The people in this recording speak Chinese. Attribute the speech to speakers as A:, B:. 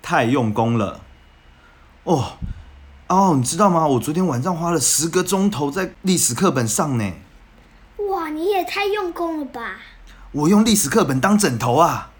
A: 太用功了。哦哦，你知道吗？我昨天晚上花了十个钟头在历史课本上呢，
B: 哇，你也太用功了吧！
A: 我用历史课本当枕头啊。